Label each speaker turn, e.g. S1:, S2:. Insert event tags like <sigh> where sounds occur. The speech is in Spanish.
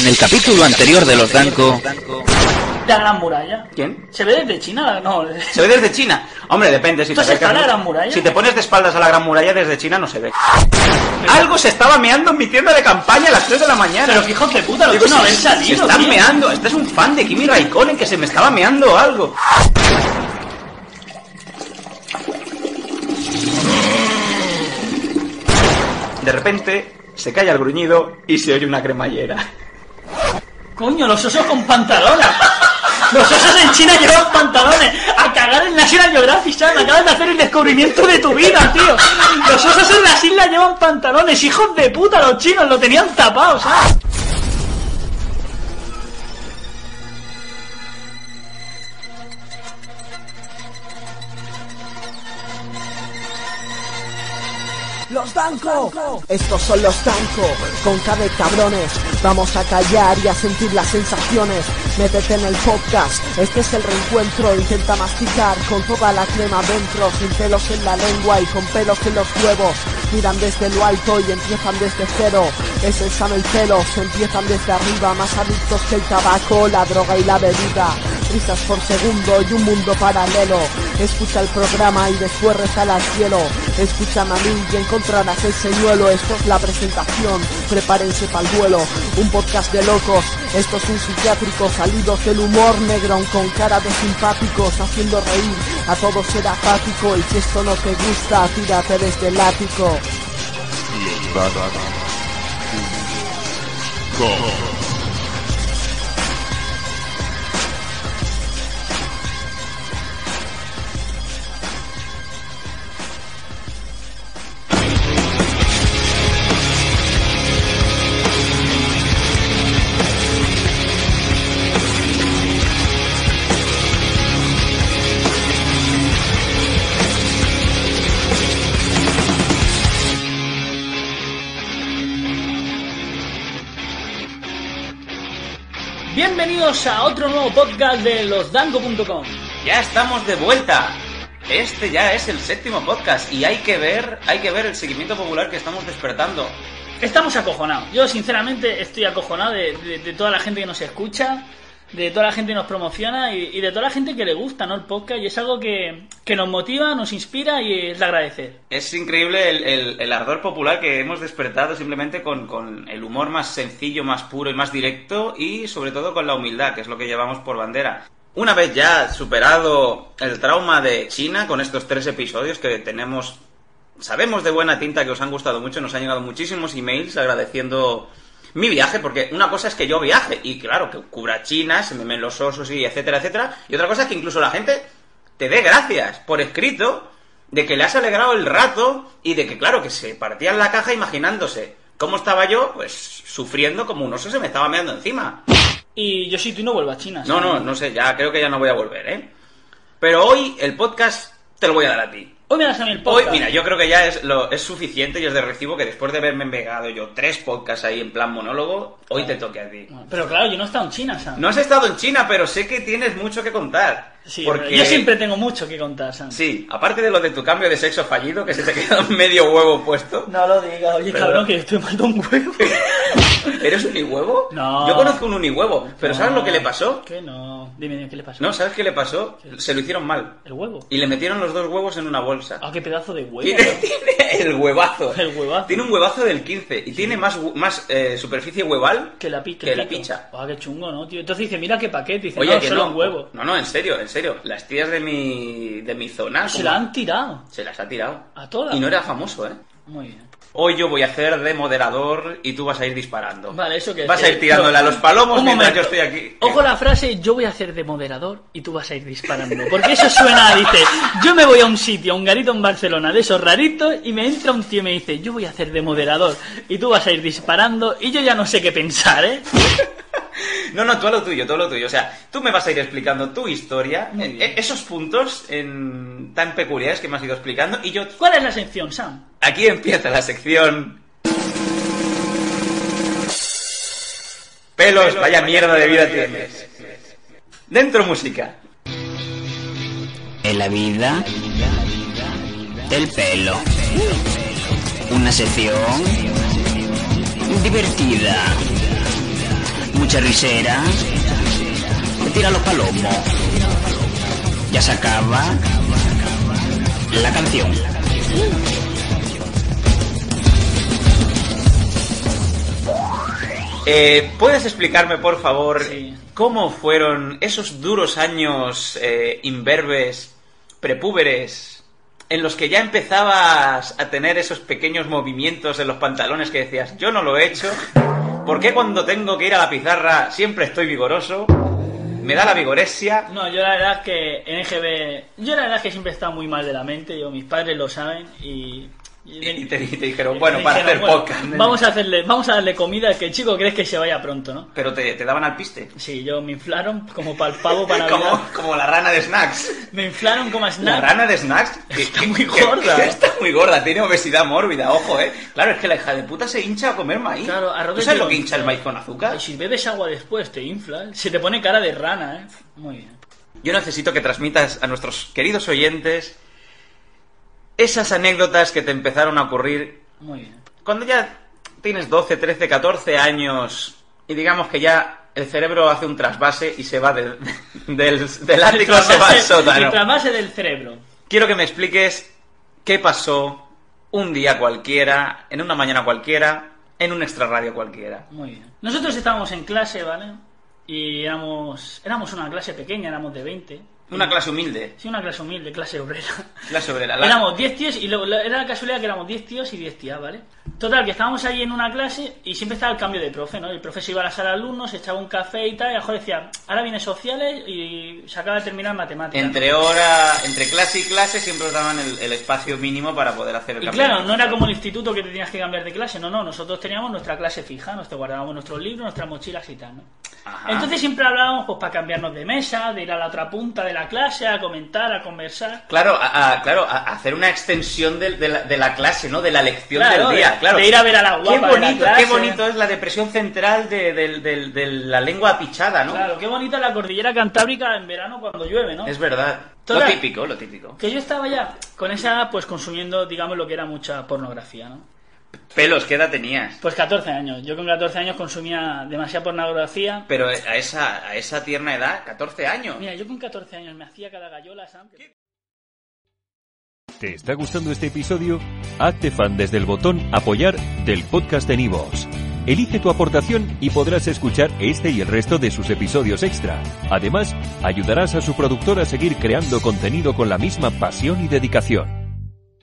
S1: En el capítulo anterior de los Danko,
S2: La gran muralla.
S3: ¿Quién?
S2: ¿Se ve desde China? No. <laughs>
S3: Se ve desde China. Hombre, depende. Si te,
S2: ¿Entonces Pues está
S3: acercas-
S2: la Gran Muralla?
S3: si te pones de espaldas a la gran muralla, desde China no se ve. Algo se estaba meando en mi tienda de campaña a las 3 de la mañana.
S2: Pero que hijos de puta, los
S3: Digo,
S2: chinos
S3: se-
S2: habéis
S3: se
S2: salido.
S3: están
S2: tío.
S3: meando. Este es un fan de Kimi Raikkonen que se me estaba meando algo. De repente se calla el gruñido y se oye una cremallera.
S2: Coño, los osos con pantalones. Los osos en China llevan pantalones. A cagar en National Geographic, ¿sabes? Acabas de hacer el descubrimiento de tu vida, tío. Los osos en las islas llevan pantalones. Hijos de puta, los chinos lo tenían tapado, ¿sabes?
S4: ¡Los Danco! Estos son los Danco, con K de cabrones. Vamos a callar y a sentir las sensaciones. Métete en el podcast, este es el reencuentro. Intenta masticar con toda la crema dentro, sin pelos en la lengua y con pelos en los huevos. Miran desde lo alto y empiezan desde cero. Es el sano y pelos, empiezan desde arriba, más adictos que el tabaco, la droga y la bebida. Risas por segundo y un mundo paralelo. Escucha el programa y después rezala al cielo. Escucha a mí y encontrarás el señuelo. Esto es la presentación, prepárense para el duelo. Un podcast de locos, esto es un psiquiátrico, salidos del humor negro, con cara de simpáticos, haciendo reír. A todos ser apático y si esto no te gusta, tírate desde el ático.
S2: Bienvenidos a otro nuevo podcast de losdango.com.
S3: Ya estamos de vuelta. Este ya es el séptimo podcast y hay que ver, hay que ver el seguimiento popular que estamos despertando.
S2: Estamos acojonados. Yo, sinceramente, estoy acojonado de, de- de toda la gente que nos escucha, de toda la gente que nos promociona y, y de toda la gente que le gusta ¿no? el podcast. Y es algo que, que nos motiva, nos inspira y es de agradecer.
S3: Es increíble el, el- el ardor popular que hemos despertado simplemente con, con el humor más sencillo, más puro y más directo y sobre todo con la humildad, que es lo que llevamos por bandera. Una vez ya superado el trauma de China con estos tres episodios que tenemos, sabemos de buena tinta que os han gustado mucho, nos han llegado muchísimos emails agradeciendo mi viaje, porque una cosa es que yo viaje y claro, que cubra China, se me ven los osos y etcétera, etcétera, y otra cosa es que incluso la gente te dé gracias por escrito de que le has alegrado el rato y de que, claro, que se partían la caja imaginándose cómo estaba yo, pues sufriendo como un oso se me estaba meando encima.
S2: Y yo, si tú no vuelvo a China.
S3: No,
S2: ¿sabes?
S3: no, no sé, ya creo que ya no voy a volver, ¿eh? Pero hoy el podcast te lo voy a dar a ti.
S2: Hoy me das a mí el
S3: Hoy,
S2: podcast.
S3: mira, yo creo que ya es, lo, es suficiente y es de recibo que después de haberme envegado yo tres podcasts ahí en plan monólogo, hoy te toque a ti.
S2: Pero claro, yo no he estado en China, ¿sabes?
S3: No has estado en China, pero sé que tienes mucho que contar.
S2: Sí,
S3: porque...
S2: Yo siempre tengo mucho que contar, ¿sabes?
S3: Sí, aparte de lo de tu cambio de sexo fallido, que se te queda <laughs> medio huevo puesto.
S2: No lo digas, oye,
S3: Pero-
S2: cabrón, que estoy mal de un huevo.
S3: ¿Eres un unihuevo?
S2: No.
S3: Yo conozco un unihuevo, <laughs> pero ¿sabes lo que le pasó?
S2: ¿Qué no? Dime, dime, ¿qué le pasó?
S3: No, ¿sabes qué le pasó? Se lo hicieron mal.
S2: El huevo.
S3: Y le metieron los dos huevos en una bolsa.
S2: Ah, qué pedazo de huevo.
S3: Tiene, <laughs> tiene el huevazo.
S2: <laughs> El huevazo.
S3: Tiene un huevazo del 15 y tiene más, hu- más eh, superficie hueval
S2: Que la picha.
S3: que la picha.
S2: Ah, qué chungo, ¿no, tío? Entonces dice, mira qué paquete. Dice,
S3: Oye,
S2: no,
S3: que
S2: solo
S3: no.
S2: un huevo.
S3: No, no, en serio, en serio. Las tías de mi, de mi zona...
S2: Se
S3: como-
S2: la han tirado.
S3: se las ha tirado.
S2: A todas.
S3: Y no era famoso, ¿eh?
S2: Muy bien.
S3: Hoy yo voy a hacer de moderador y tú vas a ir disparando.
S2: Vale, eso que
S3: Vas a ir tirándole a los palomos
S2: Un
S3: mientras
S2: momento.
S3: yo estoy aquí. eh.
S2: Ojo la frase, yo voy a hacer de moderador y tú vas a ir disparando. Porque eso suena, a, dice, yo me voy a un sitio, a un garito en Barcelona, de esos raritos, y me entra un tío y me dice, yo voy a hacer de moderador y tú vas a ir disparando, y yo ya no sé qué pensar, ¿eh?
S3: No, no, todo lo tuyo, todo lo tuyo. O sea, tú me vas a ir explicando tu historia,
S2: Muy
S3: eh,
S2: bien.
S3: eh, esos puntos en- tan peculiares que me has ido explicando y yo...
S2: ¿Cuál es la sección, Sam?
S3: Aquí empieza la sección... Pelos, vaya mierda de vida tienes. Dentro música.
S1: en la vida del pelo. Una sección divertida mucha risera, me tira los palomos. Ya se acaba la canción.
S3: Eh, ¿Puedes explicarme, por favor,
S2: Sí.
S3: cómo fueron esos duros años eh, imberbes, prepúberes, en los que ya empezabas a tener esos pequeños movimientos en los pantalones que decías, yo no lo he hecho, ¿por qué cuando tengo que ir a la pizarra siempre estoy vigoroso? ¿Me da la vigoresia?
S2: No, yo la verdad es que en EGB, yo la verdad es que siempre he estado muy mal de la mente, yo, mis padres lo saben y...
S3: Y y te, y te dijeron, bueno, para hacer
S2: Bueno,
S3: podcast.
S2: Vamos a hacerle, vamos a darle comida al que el chico crees que se vaya pronto, ¿no?
S3: Pero te, te daban al piste.
S2: Sí, yo me inflaron como pal pavo
S3: <laughs>
S2: para Navidad.
S3: Como, como la rana de snacks.
S2: Me inflaron como a
S3: La
S2: snack.
S3: rana de snacks que-
S2: Está
S3: que-
S2: muy
S3: que-
S2: gorda.
S3: que <laughs> está muy gorda, tiene obesidad mórbida, ojo, eh. Claro, es que la hija de puta se hincha a comer maíz.
S2: Claro, arroz
S3: ¿Tú
S2: de
S3: sabes lo
S2: tirón.
S3: que hincha el maíz con azúcar?
S2: Y si bebes agua después te inflas, se te pone cara de rana, ¿eh? Muy bien.
S3: Yo necesito que transmitas a nuestros queridos oyentes esas anécdotas que te empezaron a ocurrir
S2: Muy bien.
S3: cuando ya tienes 12, 13, 14 años y digamos que ya el cerebro hace un trasvase y se va del, <laughs> del, del ático, se va al sótano.
S2: Inflamase del cerebro.
S3: Quiero que me expliques qué pasó un día cualquiera, en una mañana cualquiera, en un extrarradio cualquiera.
S2: Muy bien. Nosotros estábamos en clase, ¿vale? Y éramos, éramos una clase pequeña, éramos de 20.
S3: Una clase humilde,
S2: Sí, una clase humilde, clase obrera.
S3: clase obrera. La...
S2: Éramos 10 tíos y luego la- era la casualidad que éramos 10 tíos y 10 tías, ¿vale? Total, que estábamos allí en una clase y siempre estaba el cambio de profe, ¿no? El profe se iba a la sala de alumnos, se echaba un café y tal, y a lo mejor decía, ahora viene sociales y se acaba de terminar matemáticas. ¿no?
S3: Entre hora, entre clase y clase siempre os daban el, el espacio mínimo para poder hacer el
S2: Y
S3: cambio.
S2: claro, no era como el instituto que te tenías que cambiar de clase, no, no, nosotros teníamos nuestra clase fija, nos guardábamos nuestros libros, nuestras mochilas y tal, ¿no?
S3: Ajá.
S2: Entonces siempre hablábamos pues para cambiarnos de mesa, de ir a la otra punta de la clase, a comentar, a conversar.
S3: Claro, a- a- claro, a- a hacer una extensión del- de, la, de la clase, ¿no? De la lección
S2: Claro,
S3: del día,
S2: de-
S3: claro.
S2: de ir a ver a la
S3: Qué
S2: guapa de la
S3: bonito,
S2: clase.
S3: qué bonito es la depresión central de, del- del- de la lengua apichada, ¿no?
S2: Claro, qué bonita la cordillera cantábrica en verano cuando llueve, ¿no?
S3: Es verdad. Lo
S2: Total.
S3: típico, lo típico.
S2: Que yo estaba ya con esa, pues consumiendo, digamos, lo que era mucha pornografía, ¿no?
S3: Pelos, ¿qué edad tenías?
S2: Pues 14 años. Yo con 14 años consumía demasiada pornografía.
S3: Pero a esa, a esa tierna edad, 14 años.
S2: Mira, yo con 14 años me hacía cada gallola, Sam. que-
S5: ¿Te está gustando este episodio? Hazte fan desde el botón Apoyar del podcast de Nivos. Elige tu aportación y podrás escuchar este y el resto de sus episodios extra. Además, ayudarás a su productor a seguir creando contenido con la misma pasión y dedicación.